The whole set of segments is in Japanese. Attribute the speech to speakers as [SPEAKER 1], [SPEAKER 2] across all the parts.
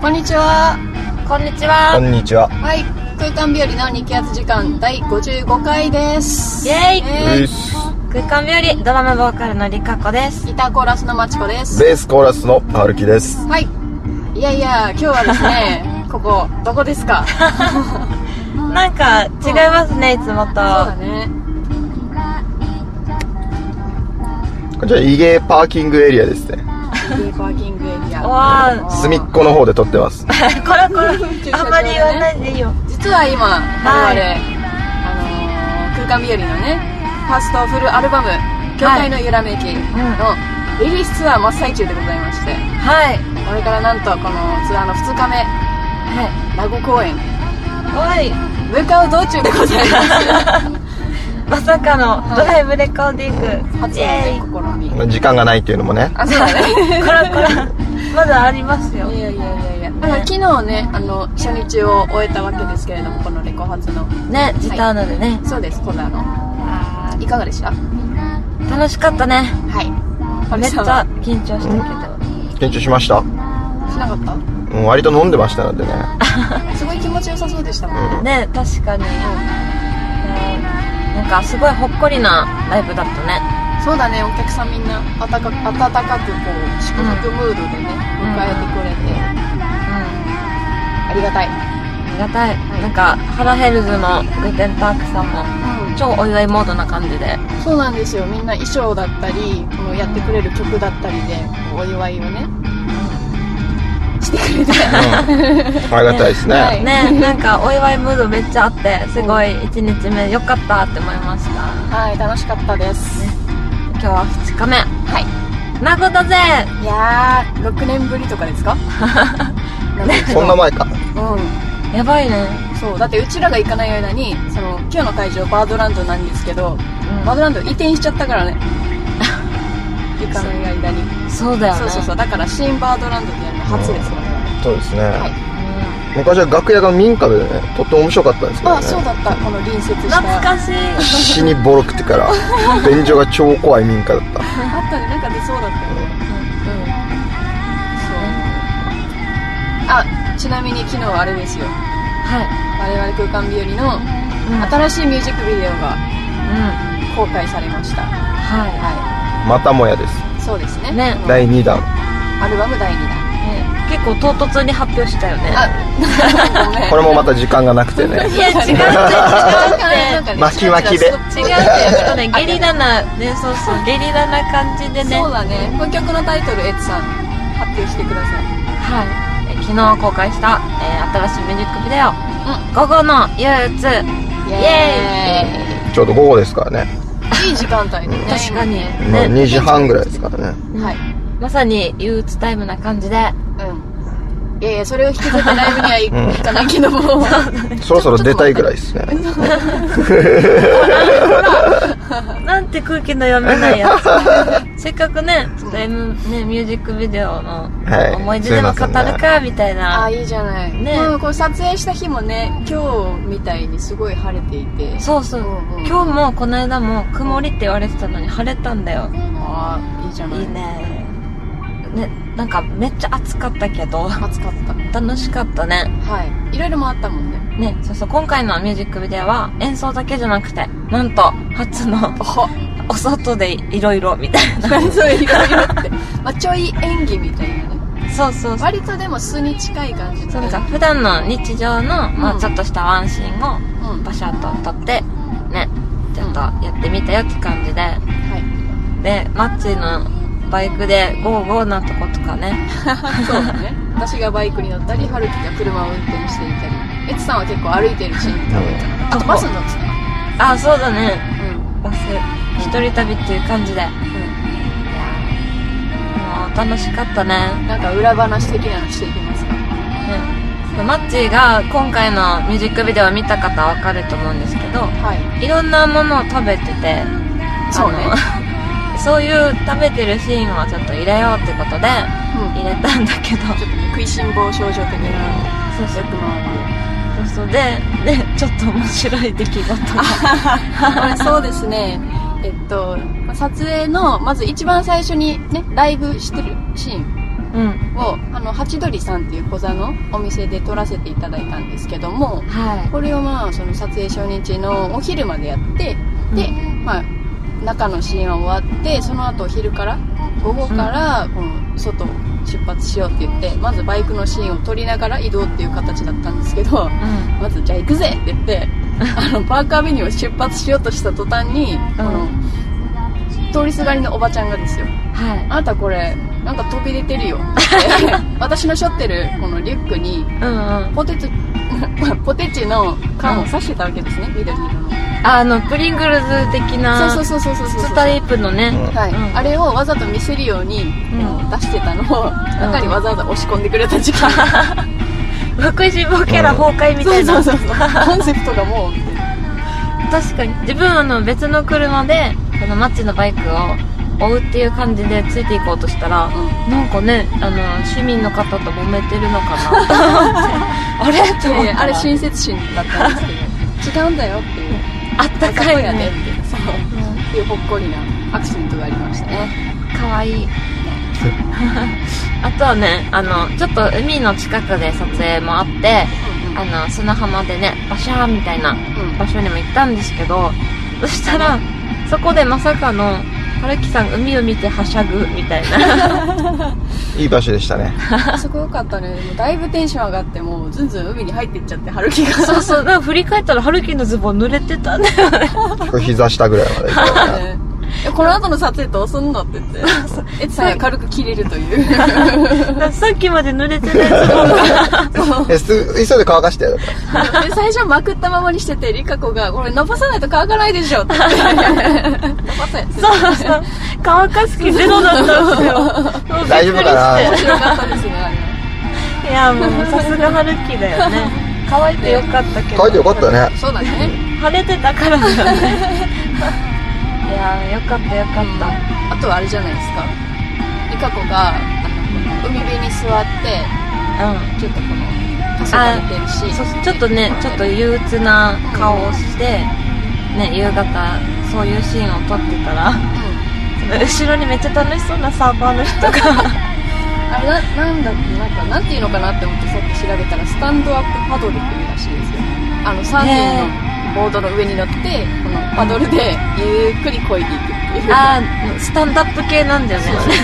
[SPEAKER 1] こんにちは。
[SPEAKER 2] こんにち
[SPEAKER 3] こ
[SPEAKER 2] は。
[SPEAKER 3] んにちは。
[SPEAKER 1] はい、空間日和の日気圧時間第55回です。
[SPEAKER 2] イェイ
[SPEAKER 1] え
[SPEAKER 3] う
[SPEAKER 1] ー
[SPEAKER 3] っす
[SPEAKER 2] 空間日和ドラムボーカルのりかこです。
[SPEAKER 1] ギターコーラスのまちこです。
[SPEAKER 3] ベースコーラスの春樹です。
[SPEAKER 1] はい。いやいや、今日はですね、 ここ、どこですかそう
[SPEAKER 2] なんか違いますね、いつもと。
[SPEAKER 1] だね。
[SPEAKER 3] こちら、イゲーパーキングエリアですね。
[SPEAKER 1] ビーパーキングエリア。
[SPEAKER 2] わー
[SPEAKER 3] 隅っこの方で撮ってます。
[SPEAKER 2] こらこら、
[SPEAKER 1] 駐車場ね
[SPEAKER 2] あんまり言わないでいいよ。
[SPEAKER 1] 実は今、我々、
[SPEAKER 2] は
[SPEAKER 1] あ
[SPEAKER 2] い
[SPEAKER 1] のー空間日和のね、ファーストフルアルバム、教会のゆらめきのリリースツアー真っ最中でございまして、
[SPEAKER 2] はい。
[SPEAKER 1] これからなんとこのツアーの2日目、
[SPEAKER 2] は
[SPEAKER 1] 名護公演、
[SPEAKER 2] い。お
[SPEAKER 1] 向かう道中でございます。
[SPEAKER 2] い。まさかのドライブレコーディング。
[SPEAKER 1] 初
[SPEAKER 2] イ
[SPEAKER 1] の
[SPEAKER 2] ェイ
[SPEAKER 1] ね試み。
[SPEAKER 3] 時間がないっていうのもね。
[SPEAKER 1] あ、そうだね。
[SPEAKER 2] こらこら、まだありますよ
[SPEAKER 1] い。やいやいやいや。まあ昨日ね、あの、初日を終えたわけですけれども、このレコ発の。
[SPEAKER 2] ね、時間なのでね。
[SPEAKER 1] そうです、このあの。いかがでしたは
[SPEAKER 2] 楽しかったね。
[SPEAKER 1] い。
[SPEAKER 2] めっち
[SPEAKER 1] 堀さんは
[SPEAKER 2] ゃ緊張したけど。
[SPEAKER 3] 緊張しました、
[SPEAKER 1] しなかっ
[SPEAKER 3] うん、割と飲んでましたのでね。
[SPEAKER 1] たすごい気持ちよさそうでしたもん。
[SPEAKER 3] うん。
[SPEAKER 2] ね、確かに。なんかすごいほっこりなライブだったね。
[SPEAKER 1] そうだね、お客さんみんな温かく、温かくこう、祝福ムードでね、
[SPEAKER 2] うん
[SPEAKER 1] 迎えてくれて、
[SPEAKER 2] うん。
[SPEAKER 1] ありがたい。
[SPEAKER 2] ありがたい、なんかハラヘルズもグーテンパークさんも
[SPEAKER 1] うん
[SPEAKER 2] 超お祝いモードな感じで
[SPEAKER 1] そうなんですよみんな衣装だったりこのやってくれる曲だったりでお祝いをねしてくれた
[SPEAKER 3] ありがたいですね。
[SPEAKER 1] はい
[SPEAKER 2] ねなんかお祝いムードめっちゃあってすごい1日目良かったって思いました
[SPEAKER 1] はい楽しかったです
[SPEAKER 2] 今日は2日目
[SPEAKER 1] はい
[SPEAKER 2] 名護だぜ
[SPEAKER 1] いやー6年ぶりとかです かね
[SPEAKER 3] そんな前か。
[SPEAKER 1] う
[SPEAKER 2] やばいね
[SPEAKER 1] んそうだってうちらが行かない間にその今日の会場バードランドなんですけど、バードランド移転しちゃった からね行かない間に
[SPEAKER 2] そうだよね
[SPEAKER 1] そうそうそうだから新バードランドでやるの初ですよね、
[SPEAKER 3] そうですね。
[SPEAKER 1] はい
[SPEAKER 2] うん
[SPEAKER 3] 昔は楽屋が民家でね、とっても面白かったんですけど、ね。
[SPEAKER 1] あそうだったこの隣接した
[SPEAKER 2] 懐かしい
[SPEAKER 3] 死にボロくてから、便所が超怖い民家だった。
[SPEAKER 1] あったねなんか出そうだったよねうんそうあちなみに昨日はあれですよ
[SPEAKER 2] は
[SPEAKER 1] 我々空間日和の
[SPEAKER 2] い、うん
[SPEAKER 1] 新しいミュージックビデオが
[SPEAKER 2] うん
[SPEAKER 1] 公開されました
[SPEAKER 2] は
[SPEAKER 1] は
[SPEAKER 3] またもやです。
[SPEAKER 1] いそうですね
[SPEAKER 2] ね
[SPEAKER 1] うん
[SPEAKER 3] 第2弾。
[SPEAKER 1] アルバム第2弾
[SPEAKER 2] い、ね、結構唐突に発表したよね
[SPEAKER 1] あごめん
[SPEAKER 3] これもまた時間がなくてね。
[SPEAKER 2] いや違う違う違うって
[SPEAKER 1] なんかね
[SPEAKER 3] 巻き巻きで
[SPEAKER 1] ちらち
[SPEAKER 2] 違う
[SPEAKER 1] ら
[SPEAKER 2] ん
[SPEAKER 1] ち
[SPEAKER 2] だよ
[SPEAKER 1] ら
[SPEAKER 2] ちょっ とねゲリラなねそうそうゲリラな感じでね
[SPEAKER 1] そうだねこの曲のタイトルエツさん発表してください
[SPEAKER 2] はいえー昨日公開した、えー新しいミュージックビデオ
[SPEAKER 1] う
[SPEAKER 2] 「午後の憂鬱
[SPEAKER 1] ん
[SPEAKER 2] イエーイ
[SPEAKER 3] ちょうど午後ですからね。
[SPEAKER 1] イいい時間帯でね」
[SPEAKER 2] 確かに、
[SPEAKER 3] まあ
[SPEAKER 2] ね
[SPEAKER 3] 2時半ぐらいですからね。
[SPEAKER 1] 今はい
[SPEAKER 2] まさに憂鬱タイムな感じで
[SPEAKER 1] うんいやいやそれを引きずってライブには行行 かないけども
[SPEAKER 3] そろそろ出たいぐらいですね。
[SPEAKER 2] なんて空気の読めないやつ せっかくねちょっと M、ね、ミュージックビデオの
[SPEAKER 3] はい
[SPEAKER 2] 思い出でも語る
[SPEAKER 3] すいま
[SPEAKER 2] かみたい
[SPEAKER 1] あ
[SPEAKER 2] な、
[SPEAKER 1] いいじゃない、
[SPEAKER 2] ね
[SPEAKER 1] まあ、これ撮影した日もね今日みたいにすごい晴れていて
[SPEAKER 2] そうそう、
[SPEAKER 1] うんうん
[SPEAKER 2] 今日もこの間も曇りって言われてたのに晴れたんだよ
[SPEAKER 1] ああいいじゃない
[SPEAKER 2] いいねねなんかめっちゃ暑かったけど
[SPEAKER 1] 暑かった
[SPEAKER 2] 楽しかったね
[SPEAKER 1] はいいろいろ回ったもんね
[SPEAKER 2] ね、そうそう、今回のミュージックビデオは演奏だけじゃなくて、なんと、初の
[SPEAKER 1] お
[SPEAKER 2] お外でいろいろみたいな。
[SPEAKER 1] 何それいろいろって、まあ、ちょい演技みたいなね
[SPEAKER 2] そうそうそう。
[SPEAKER 1] 割とでも素に近い感じ
[SPEAKER 2] そ
[SPEAKER 1] だ
[SPEAKER 2] うなんか
[SPEAKER 1] ね
[SPEAKER 2] 普段の日常の、ま
[SPEAKER 1] うん
[SPEAKER 2] あちょっとしたワンシーン
[SPEAKER 1] う
[SPEAKER 2] を
[SPEAKER 1] んは
[SPEAKER 2] バシャッと撮って、ね、ちょっとやってみたよって感じで。
[SPEAKER 1] い
[SPEAKER 2] で、マッチーのバイクでゴーゴーなとことかね。
[SPEAKER 1] そうだ ね私がバイクに乗ったり春樹が車を運転していたりエツさんは結構歩いてるシーンが多いかなあとバス乗ってた
[SPEAKER 2] あ、そうだね。
[SPEAKER 1] うん、うん、
[SPEAKER 2] バス、一人旅っていう感じで。もう楽しかったね。
[SPEAKER 1] なんか裏話的なのしていきますか
[SPEAKER 2] ねマッチーが今回のミュージックビデオを見た方わかると思うんですけど
[SPEAKER 1] はい
[SPEAKER 2] いろんなものを食べてて
[SPEAKER 1] そうね
[SPEAKER 2] あの そういう食べてるシーンをちょっと入れようってことで
[SPEAKER 1] うん
[SPEAKER 2] 入れたんだけど
[SPEAKER 1] ちょっとね、食いしん坊少女的な
[SPEAKER 2] そうそう
[SPEAKER 1] 役回
[SPEAKER 2] そうそうででちょっと面白い出来事が
[SPEAKER 1] り そうですねえっと撮影のまず一番最初にねライブしてるシーン
[SPEAKER 2] うん。
[SPEAKER 1] をあのハチドリさんっていう小座のお店で撮らせていただいたんですけども
[SPEAKER 2] は
[SPEAKER 1] これをまあその撮影初日のお昼までやってで、まあ、中のシーンは終わってその後お昼から午後からこの外を出発しようって言ってまずバイクのシーンを撮りながら移動っていう形だったんですけど
[SPEAKER 2] い。うん。
[SPEAKER 1] まずじゃあ行くぜって言ってあのパークアベニューを出発しようとした途端にこの通りすがりのおばちゃんがですよ
[SPEAKER 2] はい。
[SPEAKER 1] あなたこれなんか飛び出て るよって私の背負ってるこのリュックに
[SPEAKER 2] うんうん。
[SPEAKER 1] ポテチ ポテチの缶を刺してたわけですね緑色の
[SPEAKER 2] あの、プリングルズ的な、
[SPEAKER 1] そうそうそうそうそうそう
[SPEAKER 2] スタイプのね。
[SPEAKER 1] はい
[SPEAKER 2] うん
[SPEAKER 1] あれをわざと見せるように、
[SPEAKER 2] ん
[SPEAKER 1] 出してたのを中にわざわざ押し込んでくれた 時間
[SPEAKER 2] 福祉ボキャラ崩壊み
[SPEAKER 1] そ
[SPEAKER 2] た
[SPEAKER 1] う
[SPEAKER 2] いな。
[SPEAKER 1] そうそうそう コンセプトがもう
[SPEAKER 2] 確かに自分あの別の車でこのマッチのバイクを追うっていう感じでついていこうとしたら、
[SPEAKER 1] う
[SPEAKER 2] なんかねあの市民の方と揉めてるのかなあれって思っ
[SPEAKER 1] いや
[SPEAKER 2] た
[SPEAKER 1] あれ親切心だったんです けど違うんだよっていう
[SPEAKER 2] あったか
[SPEAKER 1] そこ
[SPEAKER 2] い
[SPEAKER 1] やねっ
[SPEAKER 2] ね
[SPEAKER 1] ていうそうっていうほっこりなアクシデントがありましたね
[SPEAKER 2] かわいい あとはねあのちょっと海の近くで撮影もあってあの砂浜でねバシャーみたいな
[SPEAKER 1] うんうん
[SPEAKER 2] 場所にも行ったんですけどそしたらそこでまさかの春樹さん海を見てはしゃぐみたいな
[SPEAKER 3] いい場所でしたね
[SPEAKER 1] あそこよかったねもうだいぶテンション上がってもうずんずん海に入ってっちゃって春樹が
[SPEAKER 2] そうそうなんか振り返ったら春樹のズボン濡れてたね
[SPEAKER 3] これ膝下ぐらいまで行ったから
[SPEAKER 1] ねえこの後の撮影どうすんのって言ってエツさんが軽く切れるという
[SPEAKER 2] だから さっきまで濡れてないズボン
[SPEAKER 3] えすぐ急いで乾かしてよだから
[SPEAKER 1] で最初まくったままにしててリカ子が「これ伸ばさないと乾かないでしょ」 って言って伸ばせ
[SPEAKER 2] そうそう乾かす気ゼロだ ったんですよもうびっくりして
[SPEAKER 3] 大丈夫かな
[SPEAKER 1] 面白かったですねあれ
[SPEAKER 2] いやもうさすが春樹だよね乾いてよかったけど
[SPEAKER 3] 乾いてよかったね
[SPEAKER 1] そうだね
[SPEAKER 2] 晴れてた からだよねいやよかったよかった
[SPEAKER 1] あとはあれじゃないですかリカ子があの海辺に座って
[SPEAKER 2] うん
[SPEAKER 1] ちょっとこの傘が出てるし
[SPEAKER 2] そうちょっとねちょっと憂鬱な顔をして、ね、夕方そういうシーンを撮ってたら
[SPEAKER 1] う ん
[SPEAKER 2] その後ろにめっちゃ楽しそうなサーバーの人が
[SPEAKER 1] あれななんだっけなんかなんていうのかなって思ってさっき調べたらスタンドアップパドルっていうらしいですよあのサーフィンのボードの上に乗ってこのパドルでゆっくり漕いでいくっていう
[SPEAKER 2] あースタンドアップ系なんだよね
[SPEAKER 1] そうそうそうそ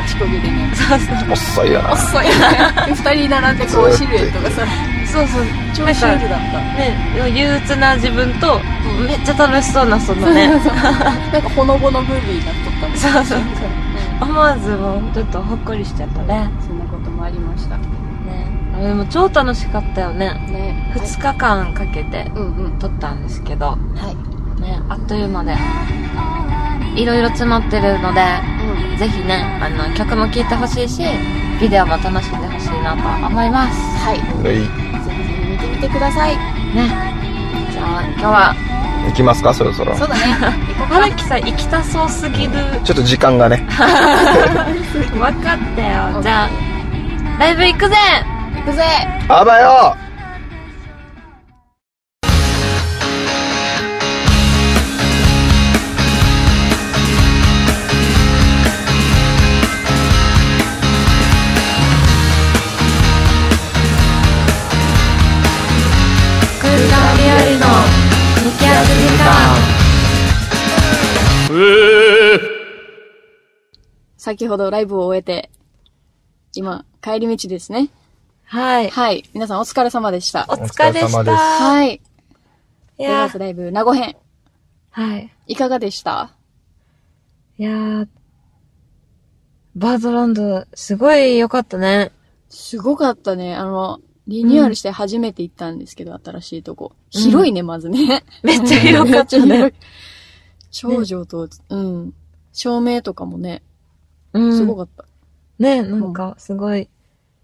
[SPEAKER 1] う立ちこぎでね
[SPEAKER 2] そうそう
[SPEAKER 3] 遅いよな
[SPEAKER 1] 遅いよね二人並んでこうシルエットがさ
[SPEAKER 2] そうそう
[SPEAKER 1] 超
[SPEAKER 2] なん
[SPEAKER 1] シュール
[SPEAKER 2] か
[SPEAKER 1] だった
[SPEAKER 2] ね憂鬱な自分と
[SPEAKER 1] うん
[SPEAKER 2] めっちゃ楽しそうなそのね
[SPEAKER 1] なんかほのぼのムービーになっとったもん
[SPEAKER 2] そうそう
[SPEAKER 1] う
[SPEAKER 2] 思わずもうちょっとほっこりしちゃったね
[SPEAKER 1] んそんなこともありました
[SPEAKER 2] ねあでも超楽しかったよね
[SPEAKER 1] ね
[SPEAKER 2] 2日間かけて
[SPEAKER 1] うんうん
[SPEAKER 2] 撮ったんですけど
[SPEAKER 1] はい
[SPEAKER 2] ね、あっという間でいろいろ詰まってるので
[SPEAKER 1] うん
[SPEAKER 2] ぜひねあの曲も聴いてほしいしビデオも楽しんでほしいなと思います
[SPEAKER 1] はい
[SPEAKER 3] い
[SPEAKER 1] ぜひぜひ見てみてください
[SPEAKER 2] ねじゃあ今日は
[SPEAKER 3] 行きますかそろそろ
[SPEAKER 1] そうだ ね行こうか
[SPEAKER 2] 春樹さん行きたそうすぎる
[SPEAKER 3] ちょっと時間がね
[SPEAKER 2] 分かったよじゃあライブ行くぜ
[SPEAKER 1] 行くぜ
[SPEAKER 3] あばよ
[SPEAKER 2] 空間日和の向き合う時間
[SPEAKER 1] 先ほどライブを終えて今帰り道ですね
[SPEAKER 2] はい
[SPEAKER 1] はい皆さんお疲れ様でした
[SPEAKER 2] お疲れで
[SPEAKER 3] お疲れ様で
[SPEAKER 2] し
[SPEAKER 3] す
[SPEAKER 2] た
[SPEAKER 1] はい
[SPEAKER 2] い
[SPEAKER 1] ベガ
[SPEAKER 2] や
[SPEAKER 1] スライブ名護編
[SPEAKER 2] はい
[SPEAKER 1] いかがでした
[SPEAKER 2] いやーバードランドすごい良かったね
[SPEAKER 1] すごかったね。あの、リニューアルして初めて行ったんですけど、新しいとこ。広いね、まずね。
[SPEAKER 2] めっちゃ広かったね
[SPEAKER 1] め ちゃ広い。長女と、うん。照明とかもね、
[SPEAKER 2] うん
[SPEAKER 1] すごかった。
[SPEAKER 2] ね、なんか、すごい、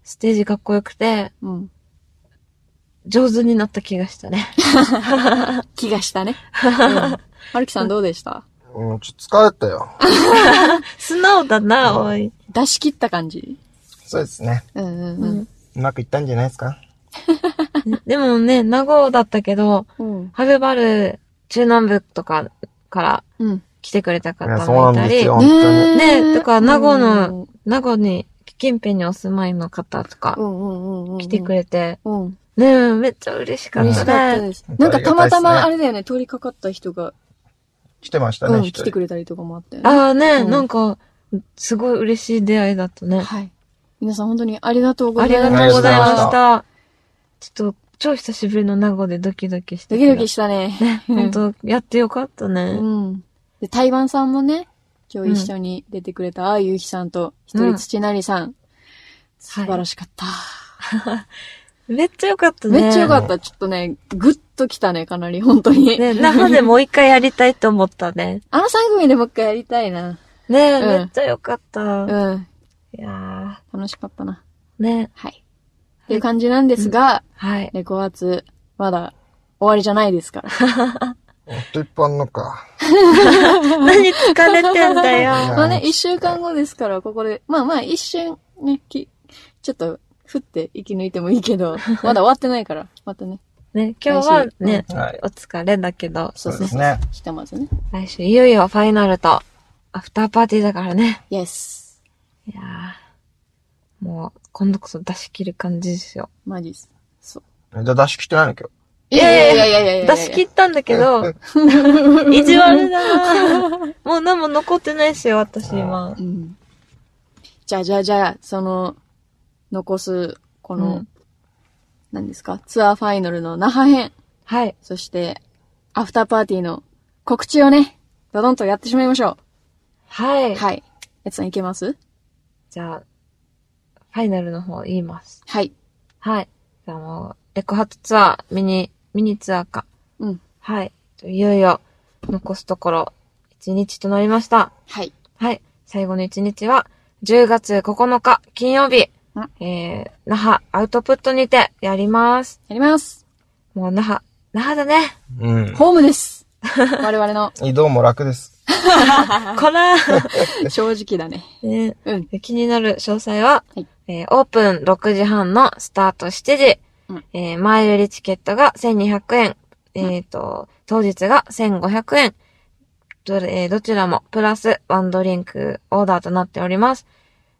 [SPEAKER 2] ステージかっこよくて、
[SPEAKER 1] うん。
[SPEAKER 2] 上手になった気がし たね。
[SPEAKER 1] 気がしたね。うん。はるきさんどうでした
[SPEAKER 3] うんちょっと疲れたよ
[SPEAKER 2] 素直だな、おい。
[SPEAKER 1] 出し切った感じ
[SPEAKER 3] そうですね
[SPEAKER 1] うんうん
[SPEAKER 3] うまくいったんじゃないですか
[SPEAKER 2] でもね、名護だったけど、
[SPEAKER 1] うん。うん。
[SPEAKER 2] はるばる、中南部とかから
[SPEAKER 1] うん。
[SPEAKER 2] 来てくれた
[SPEAKER 3] いや
[SPEAKER 2] 方
[SPEAKER 3] そうな
[SPEAKER 2] もい
[SPEAKER 3] ん
[SPEAKER 2] た
[SPEAKER 3] です
[SPEAKER 2] り、
[SPEAKER 3] よ
[SPEAKER 1] ね
[SPEAKER 3] 本当に
[SPEAKER 1] え
[SPEAKER 2] ねとか名護の、名護に近辺にお住まいの方とか
[SPEAKER 1] うんうんうんうん。
[SPEAKER 2] 来てく
[SPEAKER 1] れ。
[SPEAKER 2] れて、
[SPEAKER 1] うん。
[SPEAKER 2] ねえ、めっちゃ嬉しか
[SPEAKER 1] 嬉しか
[SPEAKER 2] っ
[SPEAKER 1] った
[SPEAKER 2] た
[SPEAKER 1] で
[SPEAKER 2] ね。
[SPEAKER 1] す。
[SPEAKER 3] うん
[SPEAKER 1] なんかたまた
[SPEAKER 3] ありが
[SPEAKER 1] ま
[SPEAKER 3] た
[SPEAKER 1] あ
[SPEAKER 3] い
[SPEAKER 1] れだよね、通りかかった人が、
[SPEAKER 3] 来てました
[SPEAKER 1] う
[SPEAKER 3] ね、
[SPEAKER 1] ん、
[SPEAKER 3] 一
[SPEAKER 1] 来
[SPEAKER 3] 人
[SPEAKER 1] てくれたりとかもあって。
[SPEAKER 2] ああね、
[SPEAKER 1] うん
[SPEAKER 2] なんか、すごい嬉しい出会いだったね。
[SPEAKER 1] はい。皆さん本当にありがとうござ
[SPEAKER 2] あ
[SPEAKER 1] いました。
[SPEAKER 2] りがとう
[SPEAKER 3] ありがとうご
[SPEAKER 2] ございま
[SPEAKER 3] ざいま
[SPEAKER 2] し。
[SPEAKER 3] した
[SPEAKER 2] ちょっと、超久しぶりの名護でドキドキして
[SPEAKER 1] ド
[SPEAKER 2] た。
[SPEAKER 1] キドキしたね。
[SPEAKER 2] ね、本当やってよかったね。
[SPEAKER 1] うん。で、台湾さんもね、今日一緒に出てくれた、ああゆうひさんと、ひとりつちなりさん。素晴らしかった。
[SPEAKER 2] めっちゃよかったね。
[SPEAKER 1] めっちゃよかった。ちょっとね、ぐっときたね、かなり、本当に。
[SPEAKER 2] ね、那覇でもう一回やりたいと思ったね。
[SPEAKER 1] あの3組でもう一回やりたいな。
[SPEAKER 2] ね、
[SPEAKER 1] うん
[SPEAKER 2] めっちゃよかった。い
[SPEAKER 1] うん。
[SPEAKER 2] や
[SPEAKER 1] 楽しかったな。
[SPEAKER 2] ー、ね、
[SPEAKER 1] はい。っていう感じなんですが、
[SPEAKER 2] はい。
[SPEAKER 1] ね、5月、まだ終わりじゃないですから。
[SPEAKER 3] やっといっぱいあんのか。
[SPEAKER 2] 何疲れてんだ よ。
[SPEAKER 3] や
[SPEAKER 1] まあね、1週間後ですから、ここで、まあまあ一瞬ね、き、ちょっと、降って息抜いてもいいけ ど、まだ終わってないから、またね、
[SPEAKER 2] ね、今日はね、
[SPEAKER 3] はい。
[SPEAKER 2] お疲れだけど、
[SPEAKER 1] そう
[SPEAKER 3] そう
[SPEAKER 1] そう
[SPEAKER 3] です
[SPEAKER 1] そう、
[SPEAKER 3] ね。
[SPEAKER 1] ひとまずね。
[SPEAKER 2] 来週いよいよファイナルと、アフターパーティーだからね。
[SPEAKER 1] イエス。
[SPEAKER 2] いやー、もう、今度こそ出し切る感じですよ。
[SPEAKER 1] マジです。そう。
[SPEAKER 3] じゃあ出し切ってないの今
[SPEAKER 1] い
[SPEAKER 2] や
[SPEAKER 1] や
[SPEAKER 2] い
[SPEAKER 1] い
[SPEAKER 2] や
[SPEAKER 1] やいやいやいや
[SPEAKER 2] 出し切ったんだけど、意地悪だな ーもう何も残ってないしよ、私今。
[SPEAKER 1] うん。じゃあじゃあじゃあ、その、残す、こ
[SPEAKER 2] う
[SPEAKER 1] の
[SPEAKER 2] ん、
[SPEAKER 1] 何ですか、ツアーファイナルの那覇編、
[SPEAKER 2] はい。
[SPEAKER 1] そして、アフターパーティーの告知をね、ドドンとやってしまいましょ
[SPEAKER 2] は
[SPEAKER 1] う。
[SPEAKER 2] い。
[SPEAKER 1] はい。やつさんいけます
[SPEAKER 2] じゃあ、ファイナルの方言います。
[SPEAKER 1] はい。
[SPEAKER 2] はい。じゃあもう、レコ発ツアー、ミニ、ミニツアーか。
[SPEAKER 1] うん。
[SPEAKER 2] はい。いよいよ、残すところ、1日となりました。
[SPEAKER 1] はい。
[SPEAKER 2] はい。最後の1日は、10月9日、金曜日
[SPEAKER 1] うん、
[SPEAKER 2] えー、那覇アウトプットにてやります。
[SPEAKER 1] やります。
[SPEAKER 2] もう那覇、那覇だね。
[SPEAKER 3] 日。うん。
[SPEAKER 1] ホーム です。我々の
[SPEAKER 3] 移動も楽です。
[SPEAKER 2] こら
[SPEAKER 1] 正直だね。
[SPEAKER 2] ね
[SPEAKER 1] うん。
[SPEAKER 2] 気になる詳細は、
[SPEAKER 1] はい
[SPEAKER 2] えーオープン6時半のスタート7時、
[SPEAKER 1] うん
[SPEAKER 2] えー前売りチケットが1200円、えっ、と、当日が1500円、どれ、えーどちらもプラスワンドリンクオーダーとなっております。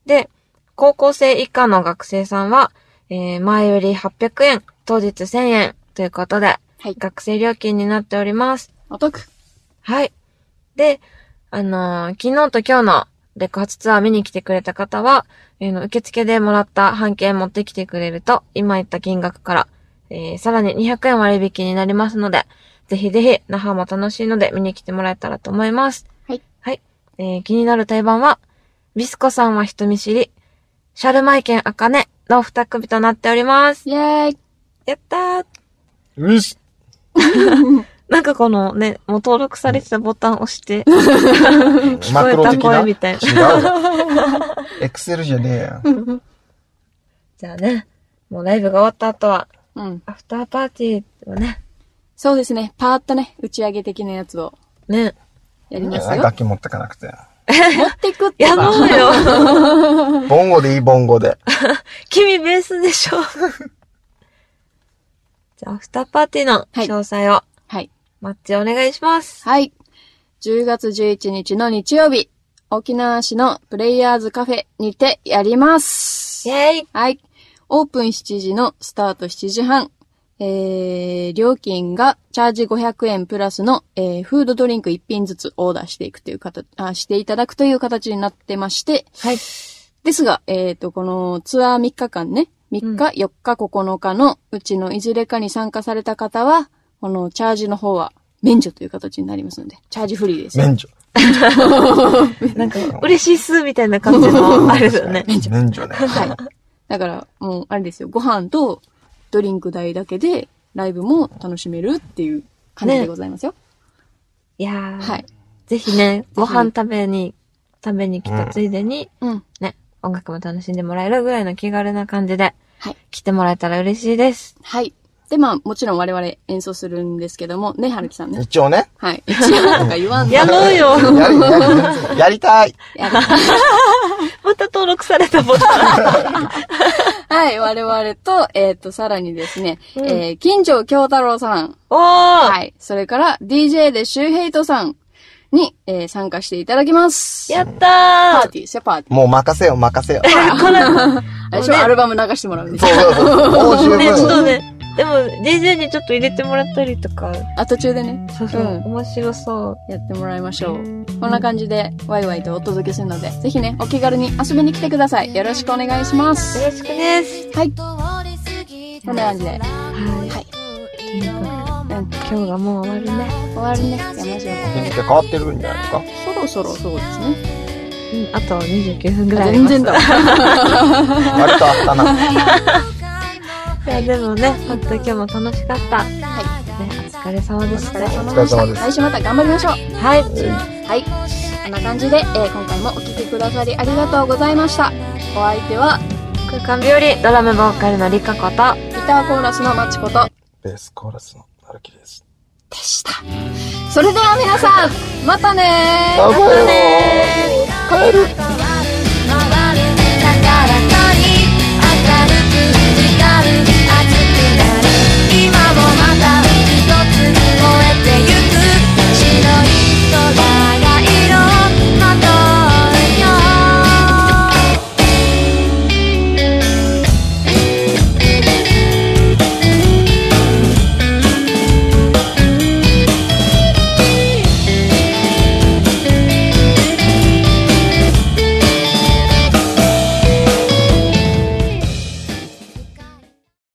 [SPEAKER 2] で、高校生以下の学生さんは、えー前売り800円、当日1000円ということで、
[SPEAKER 1] はい。
[SPEAKER 2] 学生料金になっております。
[SPEAKER 1] お得。
[SPEAKER 2] はい。で、あのー昨日と今日のレコ発ツアー見に来てくれた方は、えーの受付でもらった半券持ってきてくれると、今言った金額から、えーさらに200円割引になりますので、ぜひぜひ、那覇も楽しいので見に来てもらえたらと思います。
[SPEAKER 1] はい。
[SPEAKER 2] はい。えー気になる対バンは、ビスコさんは人見知り、シャルマイケンアカネの二組となっております。
[SPEAKER 1] イェーイ。
[SPEAKER 2] やったー
[SPEAKER 3] うっす。
[SPEAKER 2] なんかこのね、もう登録されてたボタン押して、聞
[SPEAKER 3] マク
[SPEAKER 2] こえ
[SPEAKER 3] ロ
[SPEAKER 2] た
[SPEAKER 3] 的
[SPEAKER 2] 声
[SPEAKER 3] な。違
[SPEAKER 2] みたいな。
[SPEAKER 3] う。エクセルじゃねえや。
[SPEAKER 2] じゃあね、もうライブが終わった後は、
[SPEAKER 1] うん。
[SPEAKER 2] アフターパーティーをね、
[SPEAKER 1] そうですね。パーッとね、打ち上げ的なやつを
[SPEAKER 2] ね、
[SPEAKER 1] やり
[SPEAKER 3] い
[SPEAKER 1] ま
[SPEAKER 3] や
[SPEAKER 1] すよ。
[SPEAKER 3] 楽器持ってかなくて。
[SPEAKER 1] 持ってくって
[SPEAKER 2] や
[SPEAKER 1] ば
[SPEAKER 2] ろうよ
[SPEAKER 3] ボンゴでいい、ボンゴで。
[SPEAKER 2] 君ベースでしょ じゃあ、アフターパーティーの詳細を
[SPEAKER 1] はい。
[SPEAKER 2] 待ってお願いします。
[SPEAKER 1] はい。10月11日の日曜日、沖縄市のプレイヤーズカフェにてやります。
[SPEAKER 2] イェーイ
[SPEAKER 1] はい。オープン7時のスタート7時半。えー、料金がチャージ500円プラスの、えー、フードドリンク1品ずつオーダーしていくという形、あ、していただくという形になってまして、
[SPEAKER 2] はい。
[SPEAKER 1] ですが、えっ、と、このツアー3日間ね、3日、4日、9日のうちのいずれかに参加された方は、このチャージの方は免除という形になりますので、チャージフリーです。
[SPEAKER 3] 免除。
[SPEAKER 2] なんか、嬉しいっすみたいな感じ の、あれだよね。
[SPEAKER 3] 免除。免除ね。
[SPEAKER 1] はい。だから、もう、あれですよ、ご飯とドリンク代だけで、ライブも楽しめるっていう感じでございますよ。
[SPEAKER 2] いやー、
[SPEAKER 1] はい。
[SPEAKER 2] ぜひね、ご飯食べに、食べに来たついでに、
[SPEAKER 1] うん。
[SPEAKER 2] ね、音楽も楽しんでもらえるぐらいの気軽な感じで、
[SPEAKER 1] はい
[SPEAKER 2] 来てもらえたら嬉しいです。
[SPEAKER 1] はい。で、まあ、もちろん我々演奏するんですけども、ね、はるきさんね。
[SPEAKER 3] 一応ね。
[SPEAKER 1] はい。一応なんか言わん で
[SPEAKER 2] やろうよ
[SPEAKER 3] やり、やり、やりたい。
[SPEAKER 1] やる
[SPEAKER 2] また登録されたボ タン。
[SPEAKER 1] はい、我々と、えっ、と、さらにですね、
[SPEAKER 2] うん
[SPEAKER 1] えー、金城京太郎さん、
[SPEAKER 2] おー、
[SPEAKER 1] はい。それから、DJ でシュウヘイトさん、に、えー参加していただきます。
[SPEAKER 2] やっ
[SPEAKER 1] パ
[SPEAKER 2] た
[SPEAKER 1] ーティー、セパーティー。
[SPEAKER 3] もう任せよ、任せよ。
[SPEAKER 1] あれでしょ、アルバム流してもらうみた
[SPEAKER 3] そう
[SPEAKER 1] いな。
[SPEAKER 3] そうそう。もう十
[SPEAKER 2] ーね、ちょっと
[SPEAKER 3] 分。
[SPEAKER 2] ね、でも DJ にちょっと入れてもらったりとか、
[SPEAKER 1] あ、途中でね、
[SPEAKER 2] そうそう、
[SPEAKER 1] うん
[SPEAKER 2] 面白そう。
[SPEAKER 1] やってもらいましょう。こんな感じで、ワイワイとお届けするので、ぜひね、お気軽に遊びに来てください。よろしくお願いします。
[SPEAKER 2] よろしくです。
[SPEAKER 1] はい。
[SPEAKER 4] こ
[SPEAKER 1] こんな感じで。は
[SPEAKER 2] はい。
[SPEAKER 1] い。うん。
[SPEAKER 2] 今日がもう終わるね。
[SPEAKER 1] 終わるね。山城。
[SPEAKER 3] 何か変わってるんじゃないですか
[SPEAKER 1] そろそろそうですね。
[SPEAKER 2] うん、あと29分ぐらいあり
[SPEAKER 1] 全
[SPEAKER 2] ます。
[SPEAKER 1] 然だわ。
[SPEAKER 3] 割とあったな。
[SPEAKER 2] いや、でもね、本当今日も楽しかった。ね、お疲れ様でし
[SPEAKER 1] お
[SPEAKER 2] た。
[SPEAKER 1] 疲れ様でした。来週また頑張りましょう。
[SPEAKER 2] はい。
[SPEAKER 1] はい。こんな感じで、えー今回もお聴きくださりありがとうございました。お相手は、
[SPEAKER 2] 空間日和、ドラムボーカルのりかこと、
[SPEAKER 1] ギターコーラスのまちこと、
[SPEAKER 3] ベースコーラスの歩きです。
[SPEAKER 1] でした。それでは皆さん、またねー
[SPEAKER 3] バイバイ
[SPEAKER 2] ねー
[SPEAKER 3] 帰る
[SPEAKER 4] す。